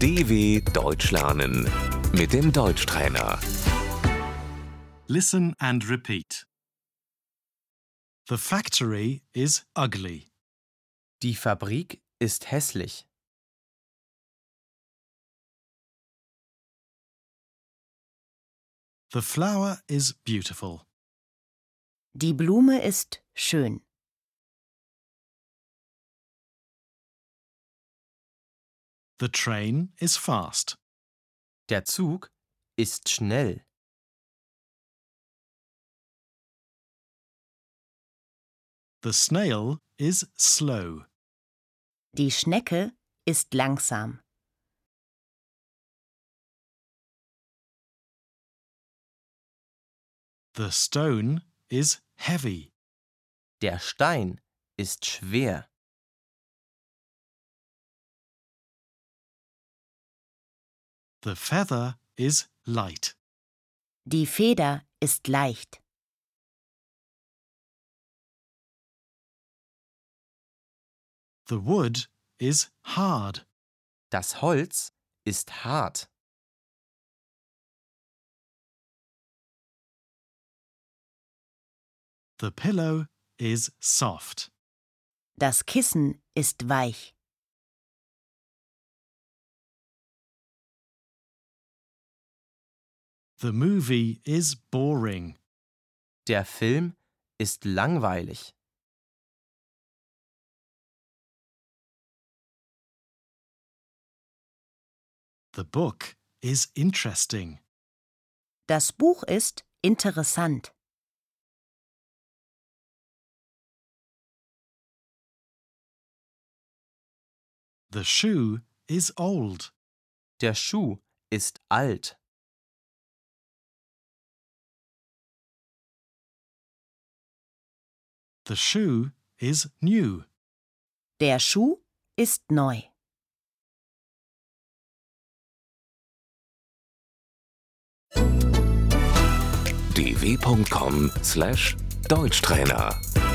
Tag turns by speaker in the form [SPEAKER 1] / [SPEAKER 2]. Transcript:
[SPEAKER 1] DW Deutsch lernen mit dem Deutschtrainer.
[SPEAKER 2] Listen and repeat. The factory is ugly.
[SPEAKER 3] Die Fabrik ist hässlich.
[SPEAKER 2] The flower is beautiful.
[SPEAKER 4] Die Blume ist schön.
[SPEAKER 2] The train is fast.
[SPEAKER 3] Der Zug ist schnell.
[SPEAKER 2] The snail is slow.
[SPEAKER 4] Die Schnecke ist langsam.
[SPEAKER 2] The stone is heavy.
[SPEAKER 3] Der Stein ist schwer.
[SPEAKER 2] The feather is light.
[SPEAKER 4] Die Feder ist leicht.
[SPEAKER 2] The wood is hard.
[SPEAKER 3] Das Holz ist hart.
[SPEAKER 2] The pillow is soft.
[SPEAKER 4] Das Kissen ist weich.
[SPEAKER 2] The movie is boring.
[SPEAKER 3] Der Film ist langweilig.
[SPEAKER 2] The book is interesting.
[SPEAKER 4] Das Buch ist interessant.
[SPEAKER 2] The shoe is old.
[SPEAKER 3] Der Schuh ist alt.
[SPEAKER 2] The shoe is new.
[SPEAKER 4] Der Schuh ist neu.
[SPEAKER 1] dw.com/deutschtrainer